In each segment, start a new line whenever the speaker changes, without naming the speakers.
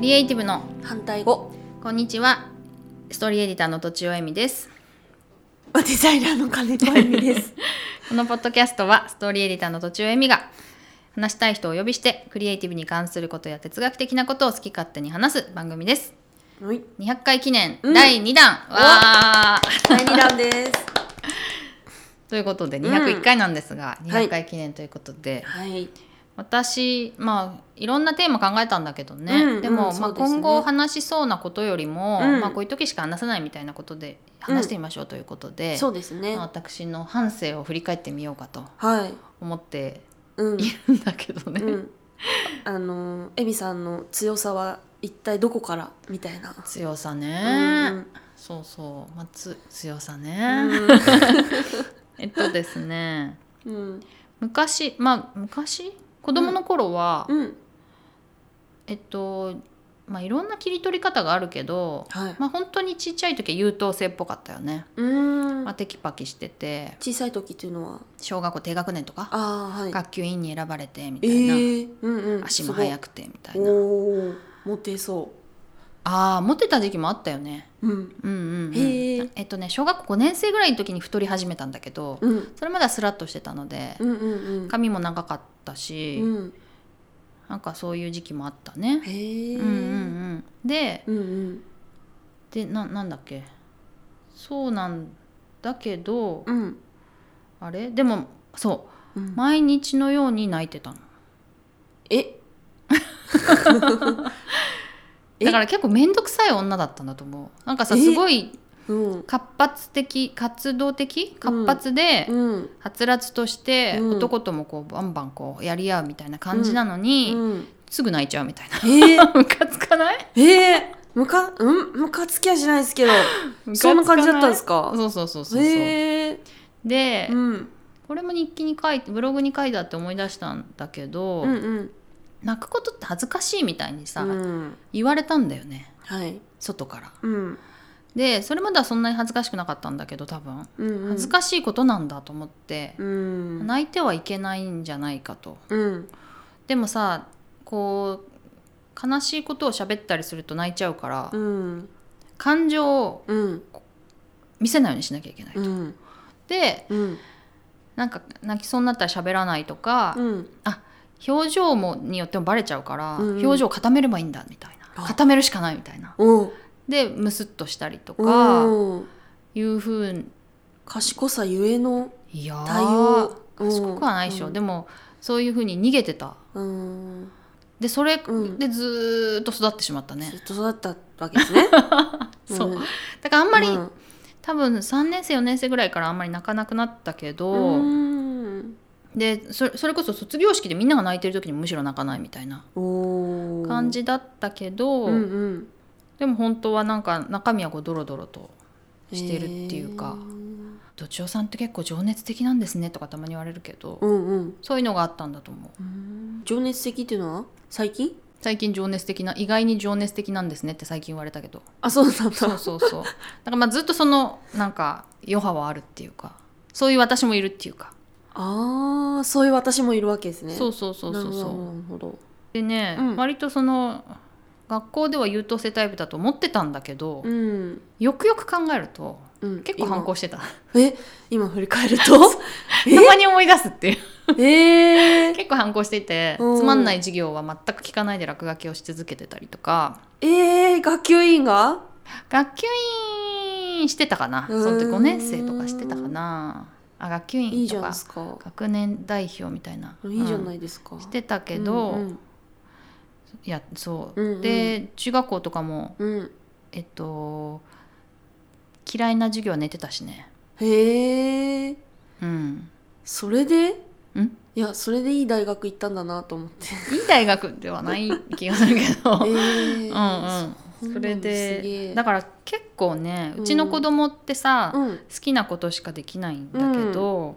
リエイティブの
反対語
こんにちはストーリーエディターのとちおえみです
デザイナーの金子あゆみです
このポッドキャストはストーリーエディターのとちおえみが話したい人をお呼びしてクリエイティブに関することや哲学的なことを好き勝手に話す番組です
はい
200回記念、
うん
第2弾
お
わー
第2弾です
ということで
ん
201回なんですが、
は
200
い
回記念ということで、
はい
私まあいろんなテーマ考えたんだけどね、
うん
で
うん
も、ま
そ
あ、
うです
今
ね
後話しそうなことよりも、
うん
まあ、こういう時しか話さないみたいなことで話してみましょうということで、
そうですね
まあ私の半生を振り返ってみようかと
はい
思って
うん
いるんだけどね、
うんあのエミさんの強さは一体どこからみたいな
強さね、
うん
そうそう、まあ、つ強さ
う
ね、
ん
えっとですね
うん
昔まあ昔子供の頃は、
うん
えっとまあいろんな切り取り方があるけど、
はい
まあ本当にちっちゃい時は優等生っぽかったよね、
うん
まあ、テキパキしてて
小さい時っていうのは
小学校低学年とか
ああはい
学級委員に選ばれてみた
え
いな、
ーうんうん
足も速
く
くてみたいな
おおモテそ
ああモテた時期もあったよね
ううん
うんうん、うん、
へー
えっとね小学校5年生ぐらいの時に太り始めたんだけど、
うん
それまではスラッとしてたので、
うんうん
髪も長かったし、
うんうん
なんかそういう時期もあったね
へえ
うんうんうんで
うんうん
でななんだっけそうなんだけど、
うん
あれでもそう
うん
毎日のように泣いてたの
ええ
だから結構面倒くさい女だったんだと思うなんかさ
え
すごい
うん
活発的活動的活発で、
うん
はつらつとして、
うん
男ともこうバンバンこうやり合うみたいな感じなのに、
うん
すぐ泣いちゃうみたいな
えー
ムカつかない
えーむかうんむかつきはしないです けど そんな感じだったんです
か
か
そうそうそうそうそう、
へえ
で、
うん
これも日記に書いてブログに書いたって思い出したんだけど、
うんうん
泣くことって恥ずかしいみたいにさ、
うん
言われたんだよね
はい
外から
うん
でそれまではそんなに恥ずかしくなかったんだけど多分
うん
恥ずかしいことなんだと思って、
うん
泣いてはいけないんじゃないかと
うん
でもさこう悲しいことを喋ったりすると泣いちゃうから、
うん
感情を
うん
見せないようにしなきゃいけない、
うん
で
うん
なんか泣きそうになったら喋らないとか、
うん
表情もによってもバレちゃうから、
うんうん
表情を固めればいいんだみたいな
あ
固めるしかないみたいな
お
でムスッとしたりとか
お
いうふう
賢さゆえの
いや
対応
ー賢くはないでしょ、
うん
でもそういうふうに逃げてた
うん
でそれ
うん
でずーっと育ってしまったね
ずっ、と育ったわけですね
そう
うん
だからあんまり、
うん
多分3年生4年生ぐらいからあんまり泣かなくなったけど、
うん
でそそれこそ卒業式でみんなが泣いてる時にむしろ泣かないみたいな
おー
感じだったけど、
うんうん
でも本当はなんか中身はこうドロドロとしてるっていうか
えー
「土壌さんって結構情熱的なんですね」とかたまに言われるけど、
うんうん
そういうのがあったんだと思う
うん情熱的っていうのは最近
最近情熱的な意外に情熱的なんですねって最近言われたけど
あそうなんだ
そうそうそうだからまあずっとそのなんか余波はあるっていうかそういう私もいるっていうか、
ああそういう私もいるわけですね
そううそうそうそうそう
なるほど
でね、
うん
割とその学校では優等生タイプだと思ってたんだけど、
うん
よくよく考えると
うん
結構反抗してた
今え今振り返ると
たまに思い出す っていう
えー、
結構反抗していて
うん
つまんない授業は全く聞かないで落書きをし続けてたりとか
えー、学級委員が
学級委員してたかなその時
うん
5年生とかしてたかなあ学級委
いい
員
じ
と
ゃない
か
ですか
学年代表みたいない
いじゃな
うん
いですか、
してたけど、
うん
いやそう、
うんうん
で中学校とかも
うん、うん
えっと嫌いな授業は寝てたしね
へえ
うん
それで
んい
いやそれでいい大学行ったんだなと思って
い大学ではない気がするけ
え
ど、
ー、
うんうんそれでだか
か
ら結構ね
うん
うちの子供ってさ、好
うん、
きなことしかできないんだけど、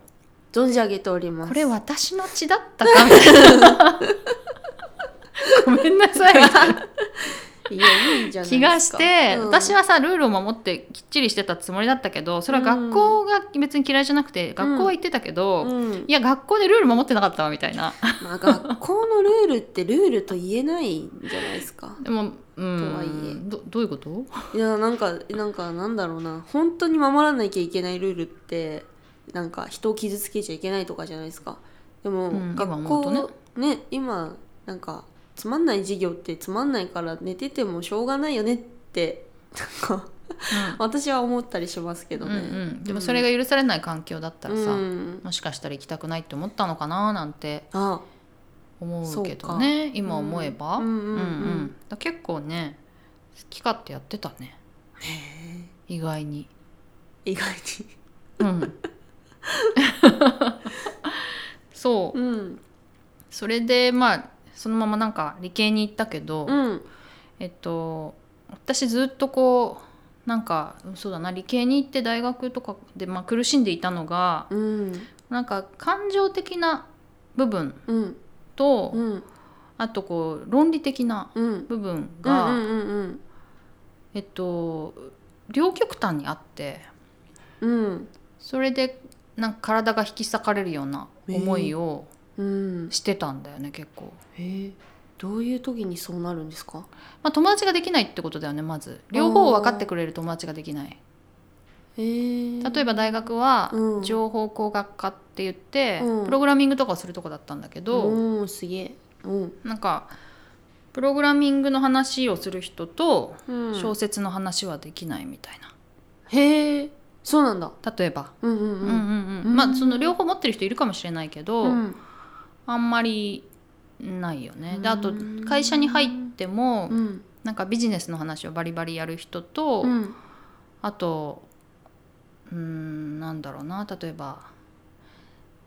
存じ上げております
これ私の血だっ たかみたいなごめんなさいみたいな
いやいいじゃないですか
気がして、
うん
私はさルールを守ってきっちりしてたつもりだったけどそれは学校が別に嫌いじゃなくて、学校は行ってたけど、
うん
いや学校でルール守ってなかったわみたいな
まあ、学校のルールってルールと言えないんじゃないですか
でもうん
とはいえ
どどういうこと
いやなんかなんかなんだろうな本当に守らなきゃいけないルールってなんか人を傷つけちゃいけないとかじゃないですかでも、
うん今
学
思うと
校
ね
ね今なんかつまんない授業ってつまんないから寝ててもしょうがないよねってなんか私は思ったりしますけ
う
ど
んう
ね、
んうん、でもそれが許されない環境だったらさ、
うん
もしかしたら行きたくないって思ったのかななんて
あ
思うけどね今思えば、
うんうんうんうん
だ結構ね好き勝手やってたね意外に、
意外に
うん、 そう
うん
それでまあそのままなんか理系に行ったけど、
うん
えっと私ずっとこうなんかうんそうだな理系に行って大学とかで、まあ、苦しんでいたのが
うん
なんか感情的な部分
うん
と、
うん
あとこう論理的な
うん
部分が、
うんうんうん
えっと両極端にあって
うん
それでなんか体が引き裂かれるような思いを
うん
してたんだよね結構。
えー、どういう時にそうなるんですか
まあ、友達ができないってことだよねまず両方を分かってくれる友達ができない
えー、
例えば大学は
うん
情報工学科って言って、
うん
プログラミングとかをするとこだったんだけど、
うんすげえうん、
なんかプログラミングの話をする人と
うん
小説の話はできないみたいな、
へえそうなんだ
例えば、
うんうん
う
うんん
うん
うん
うん
うん
まあその両方持ってる人いるかもしれないけど、
うん
あんまりないよね。であと
うん
会社に入っても、
うん
なんかビジネスの話をバリバリやる人と、
うん
あとうーんなんだろうな例えば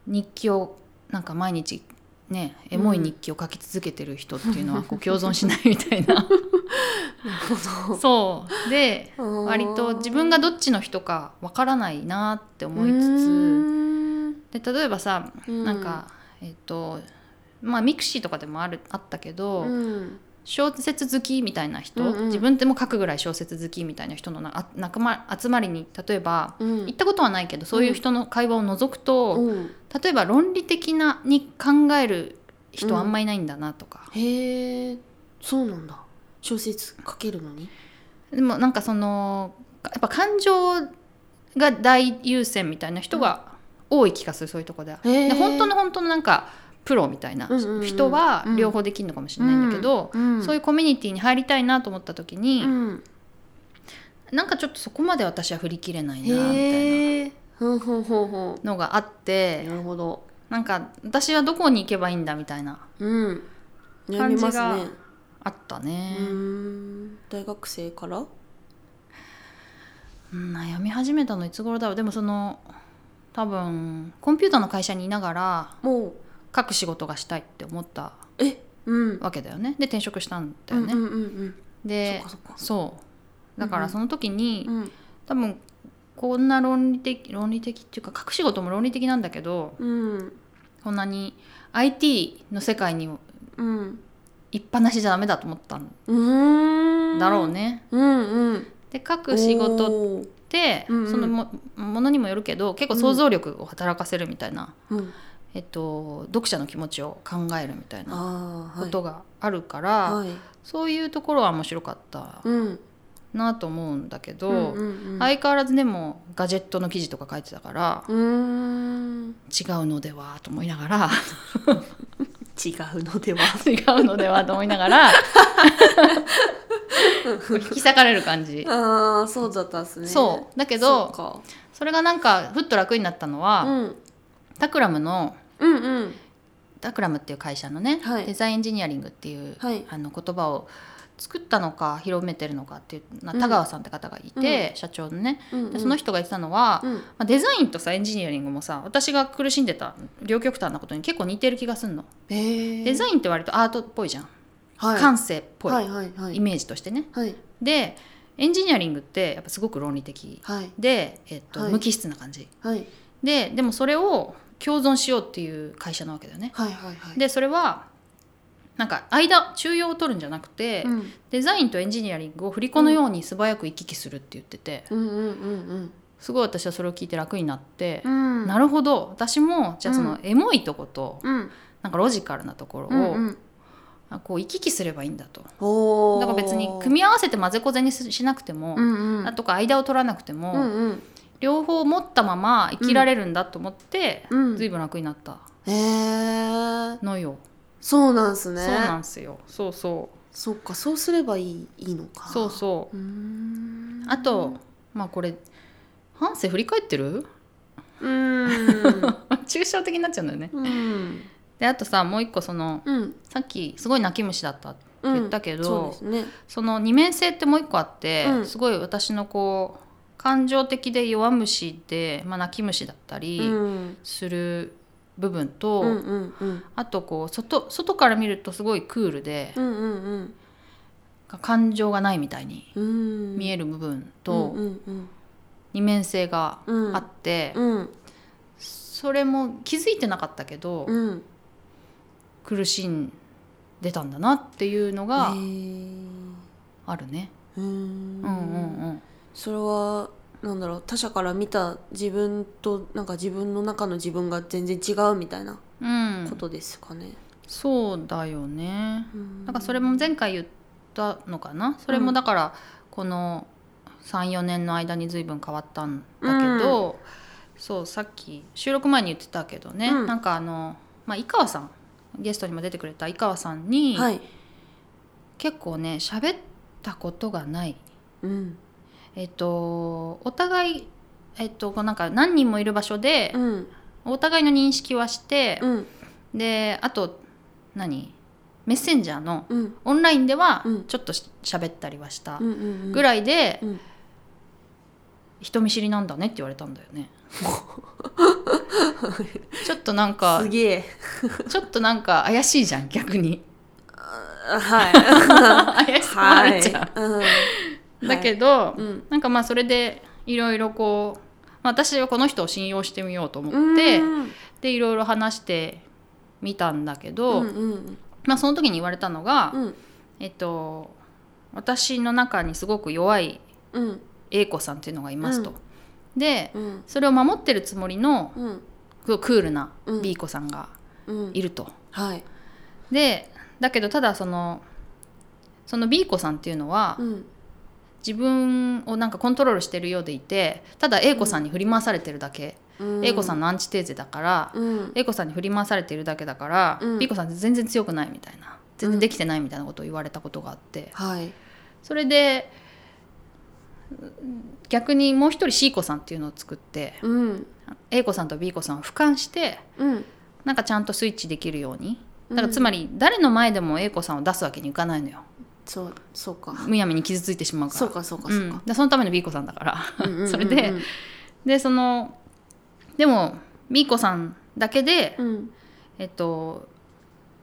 日記をなんか毎日ねエモい日記を書き続けてる人っていうのはこう共存しないみたいな
なるほ
そうで
ど
割と自分がどっちの人かわからないなって思いつ
つ
つで例えばさ
つ
なんか、えっとまあミクシーとかでもあるあったけど、
うん
小説好きみたいな人、
うんうん
自分でも書くぐらい小説好きみたいな人のなあ仲間集まりに例えば
うんうん
行ったことはないけどそういう人の会話を除くと、
うん
例えば論理的なに考える
う
人
ん
あんまいないんだなとか、
へえそうなんだ小説書けるのに
でもなんかそのやっぱ感情が大優先みたいな人が多い気がする、そういうとこでは。
へえ
で本当の本当のなんかプロみたいな
うんうんうん
人は両方できるのかもしれないんだけど、
うん
そう
い
いうコミュニティに入りたいなと思った時に、
うん
なんかちょっとそこまで私は振り切れないなみたいな
へえほんほんほんほ
のがあっ
ん
て
なるほど
なんか私はどこに行けばいいんだみたいな
うん悩みます
感じ
ね
があった
う
ね、
ーん大学生から
うん悩み始めたのいつ頃だろうでもその多分コンピューターの会社にいながら
もう
書く仕事がしたいって思った
えうん
わけだよねで転職したんだ
う
よ
ん
ね、
うんうんうんそっ
で
かそっか
そうだからその時に、
うん
多分こんな論理的論理的っていうか書く仕事も論理的なんだけど
うん
こんなに IT の世界に
うん
いっぱなしじゃダメだと思ったん
うーん
だろうね。
うんうん
で書く仕事っ
おー
て、
おーうんうん
そのもものにもよるけど結構想像力を働かせるみたいな、
うん
えっと、読者の気持ちを考えるみたいな
ああ
こ
はい
とがあるから、
はい
そういうところは面白かった
うん
なと思うんだけど、
うんうんうん
相変わらずでもガジェットの記事とか書いてたから、
うーん
違うのではと思いながら
違うのでは
違うのではと思いながら引き裂かれる感じ。
ああそうだったんすね
そうだけ
そっ
ど
か
それがなんかふっと楽になったのは、
うん
タクラムの
うんうん
タクラムっていう会社のね、
はい
デザインエンジニアリングっていう、
はい
あの言葉を作ったのか広めてるのかっていうな
うん
田川さんって方がいて、社長のね、
うんう
で
ん
その人が言ってたのは、
う
ま
ん
あ、デザインとさエンジニアリングもさ私が苦しんでた両極端なことに結構似てる気がするの、
へえ
デザインって割とアートっぽいじゃん、
はい
感性っぽい、
はいはいは
イ
い
メージとしてね
はい
でエンジニアリングってやっぱすごく論理的
はい
で、えっと
はい
無機質な感じ
はい
ででもそれを共存しようっていう会社なわけだよね
はいはいはい
でそれはなんか間中庸を取るんじゃなくて、
うん
デザインとエンジニアリングを振り子のように素早く行き来するって言ってて、
うんうんうん
すごい私はそれを聞いて楽になって
う、ん
なるほど私もじゃあそのエモいとこと、
うん
なんかロジカルなところを、
うんうん
あこう行き来すればいいんだと
おー
だから別に組み合わせて混ぜこぜにすしなくても、
うんうん
あとか間を取らなくても、
うんうん
両方持ったまま生きられるんだと思って、
うん
ずいぶん楽になった
へえ
のよ、
そうなんすね
そうなんすよそうそ
そっかそうすればいいいいのか
うそうそう
うーん
あと、まあこれ半生振り返ってる
うーん
抽象的になっちゃうんだよね
うん
であとさもう一個その
うん
さっきすごい泣き虫だったって
うん
言ったけど
そうですね
その二面性ってもう一個あって、
うん
すごい私のこう感情的で弱虫で、まあ、泣き虫だったり
うん
する部分と、
うんうんうん
あとこう外外から見るとすごいクールで
う、んうん
感情がないみたいに
うん
見
える
える部分と、
うんうん
二面性が
うん
あって、
うん
それも気づいてなかったけど、
うん
苦しんでたんだなっていうの
へ
が
ー
あるね。
うーん
うんうんうん
それはなんだろう他者から見た自分となんか自分の中の自分が全然違うみたいな
うん
ことですかね。
そうだよね。
うん
なんかそれも前回言ったのかなそれもだからこの34年の間に随分変わったんだけど、そうさっき収録前に言ってたけどね、
うん
なんかあの、まあ、井川さんゲストにも出てくれた井川さんに、
はい、
結構ね喋ったことがない
うん
えっとお互いえっとこうなんか何人もいる場所で
う、ん
お互いの認識はして
う、ん
であと何メッセンジャーの
うん
オンラインでは
うん
ちょっとし喋ったりはした
うんうん
ぐ
い
らいで、
うん
人見知りなんだねって言われたんだよ ね。ちょっとなんか
すげ え
ちょっとなんか怪しいじゃん逆に
あ は
怪
い
しくなるじゃん。
はい
だけど、
うん
なんかまあそれでいろいろこう、まあ、私はこの人を信用してみようと
う
思
ん
って
うん
でいろいろ話してみたんだけ
う
ど、
んうん
まあ、その時に言われたのが、
うん
えっと、私の中にすごく弱い
うん
A 子さんっていうのがいますと。
うん
で
うん
それを守ってるつもりの
うん
すごいクールな
うん
B 子さんが
うん
いると。
はい
でだけどただそのその B 子さんっていうのは
うん
自分をなんかコントロールしてるようでいてただ A 子さんに振り回されてるだけ、
うん
A 子さんのアンチテーゼだから、
うん
A 子さんに振り回されてるだけだから、
うん
B 子さん全然強くないみたいな全然できてないみたいなことを言われたことがあって、
はい
それでうん逆にもう一人 C 子さんっていうのを作って
うん
A 子さんと B 子さんを俯瞰して
うん
なんかちゃんとスイッチできるようにだか
う
ら
ん
つまり誰の前でも A 子さんを出すわけにいかないのよ
そうそうか
むやみに傷ついてしまうから
そうかそうかそうか
んでそのための B 子さんだから
うんうんうんうん
それででそのでも B 子さんだけで、
うん
えっと、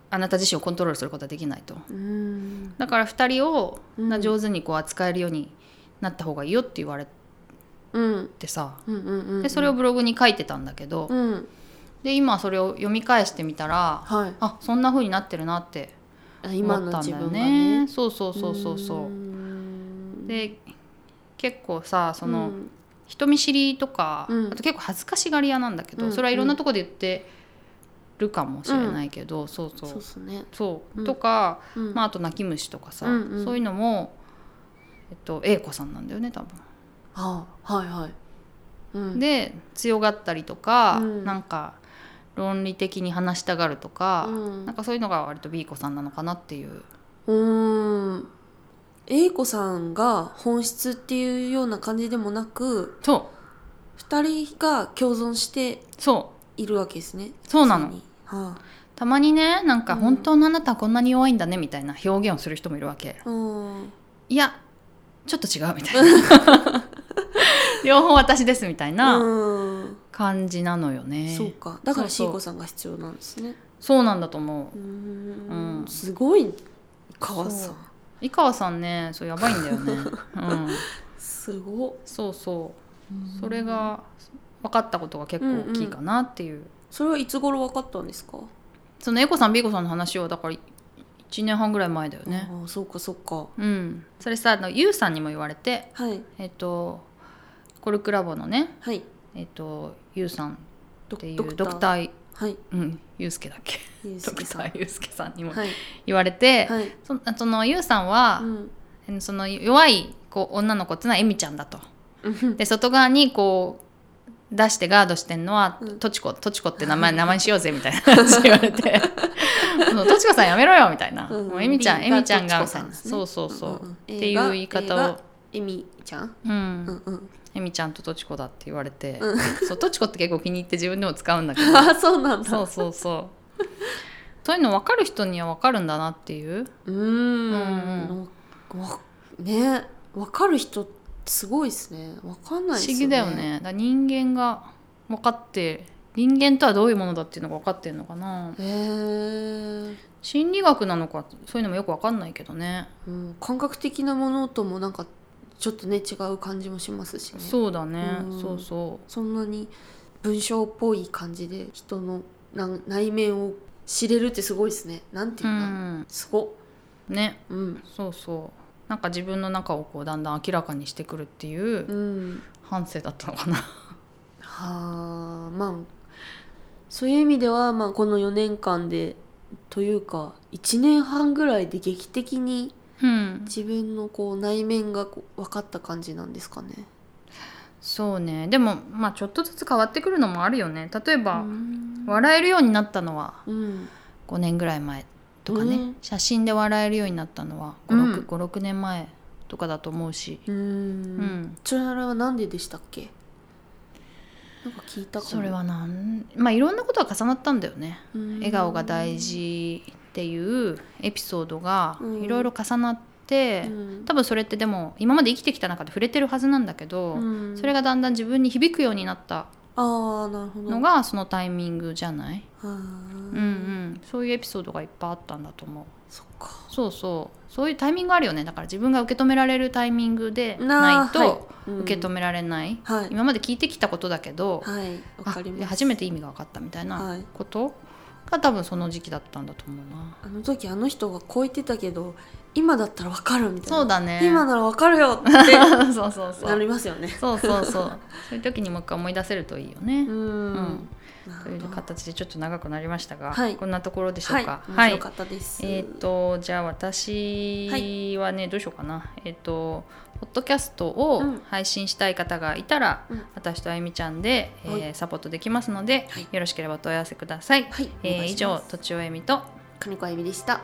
あなた自身をコントロールすることはできないと
うん
だから2人を
うん
な上手にこう扱えるようになった方がいいよって言われ
うん
てさ、
うんうんうん
でそれをブログに書いてたんだけど、
うん
で今それを読み返してみたら
はい
あそんな風になってるなって
あ
思
今
っ
の
たん
自
だよ
分が
ね
ね
そうそうそうそうそうう
で
で結構さその、
うん
人見知りとか、
うん
あと結構恥ずかしがり屋なんだけど、
うん
それはいろんなとこで言ってるかもしれないけど、そうそう
そ
そう
っ
う
すねうん
とか、
うん
まあ、あと泣き虫とかさ、
うんうん
そういうのも、えっと、A 子さんなんだよね多分。
あはいはいうん
で強がったりとか、
うん
なんか論理的に話したがるとか、
うん
なんかそういうのが割と B 子さんなのかなっていう
うーん A 子さんが本質っていうような感じでもなく
そう
二人が共存して
そう
いるわけですね
そうなの
常には
たまにねなんか
うん
本当のあなたはこんなに弱いんだねみたいな表現をする人もいるわけ
あうん
いやちょっと違うみたいな 両方私ですみたいな
うん
感じなのよね
そうかだか
そ
ら
う
C
そう
子さんが必要なんですね
そうなんだと思う
うー
うんん
すごい川
そ
さ
うん井川さんねそうやばいんだよ ね、うん、
すご
そうそうそれが分かったことが結構大きいかなっていう
それはいつ頃分かったんですか
その A 子さん B 子さんの話をだから1年半ぐらい前だよね
あーそうかそうか
うんそれさあのゆうさんにも言われて
はい
えっとコルクラボのね
はい
えっとゆうさん
ド
ってい
ド
う
ク
ド
ター
クター
はい
うんゆうすけだっけ
ゆうす
ド
け
ク
さん
ターゆうすけさんにも
はい
言われて、
はい
そそのゆうさんは
う、ん
えその弱いこう女の子ってのはエミちゃんだと。
うん
で外側にこう出してガードしてんのは
うん
とちこ、とちこって名前名前にしようぜみたいな話言われ て「もうとちこさんやめろよ」みたいな「
うん
もうエミちゃん
B
エミちゃんが」
が
みたいな、
とちこさんですね
そうそうそう、
んんん
っていう言い
映
方
画
を
えみちゃん
う
うん
ん
うん
エミちゃんととちこだって言われて、
うん
そうとちこって結構気に入って自分でも使うんだけど
あー そうなんだ
そうそうそうそういうの分かる人には分かるんだなっていう
うー
うん
ん。わね、わかる人すごいですね。わかん
不思
ないですよね。
議だよね。だから人間が分かって人間とはどういうものだっていうのが分かってるのかな
へえ。
心理学なのかそういうのもよく分かんないけどね
うん、感覚的なものともなんかちょっとね違う感じもしますしね。
そうだね
うん
そうそ
そんなに文章っぽい感じで人のなん内面を知れるってすごいですね。なんていう
うう
か、
ん
すご。
ね
うん。。
そうそうなんか自分の中をこうだんだん明らかにしてくるっていううん反省だったのかな
はあまあそういう意味では、まあ、この4年間でというか1年半ぐらいで劇的に
うん
自分のこう内面がこう分かった感じなんですかね。
そうねでもまあちょっとずつ変わってくるのもあるよね例え
う
ば、
ん
笑えるようになったのは
うん
5年ぐらい前とかね、
うん
写真で笑えるようになったのは
うん
56、6年前とかだと思うし、
う
うんん、
それあれは何ででしたっけなんか聞いたかも
それはなんまあいろんなことが重なったんだよね、笑顔が大、事っていうエピソードが
うん
いろいろ重なって、
うん
多分それってでも今まで生きてきた中で触れてるはずなんだけど、
うん
それがだんだん自分に響くようになった
ああなるほど
のがそのタイミングじゃない、
あー
うんうん、そういうエピソードがいっぱいあったんだと思う。
そっか
そうそうそういうタイミングあるよねだから自分が受け止められるタイミングで
な
な
あ
い
はい
と
うん
受け止められない、
はい
今まで聞いてきたことだけど、
はいわかり
あ
ます
初めて意味が分かったみたい
は
ないことが多分その時期だったんだと思うな、
あの時あの人がこう言ってたけど今だったらわかるみたいな
そうだね
今ならわかるよっ
そうそう
て
そ
な
う
りますよね
そうそうそうそういう時にもう一回思い出せるといいよね、
うん
ん
な
と
る
いう
ほど
形でちょっと長くなりましたが、
はい
こんなところでしょ
は
う
い
か
面白かったです、
えー、とじゃあ私はね、どうしようかなえっ、とポッドキャストを
うん
配信したい方がいたら、
うん
私とあゆみちゃんで、えー
は
サポートできますので、
はい
よろしければお問い合わせください。
はい、
えー以上とちおえみと
金子あゆみでした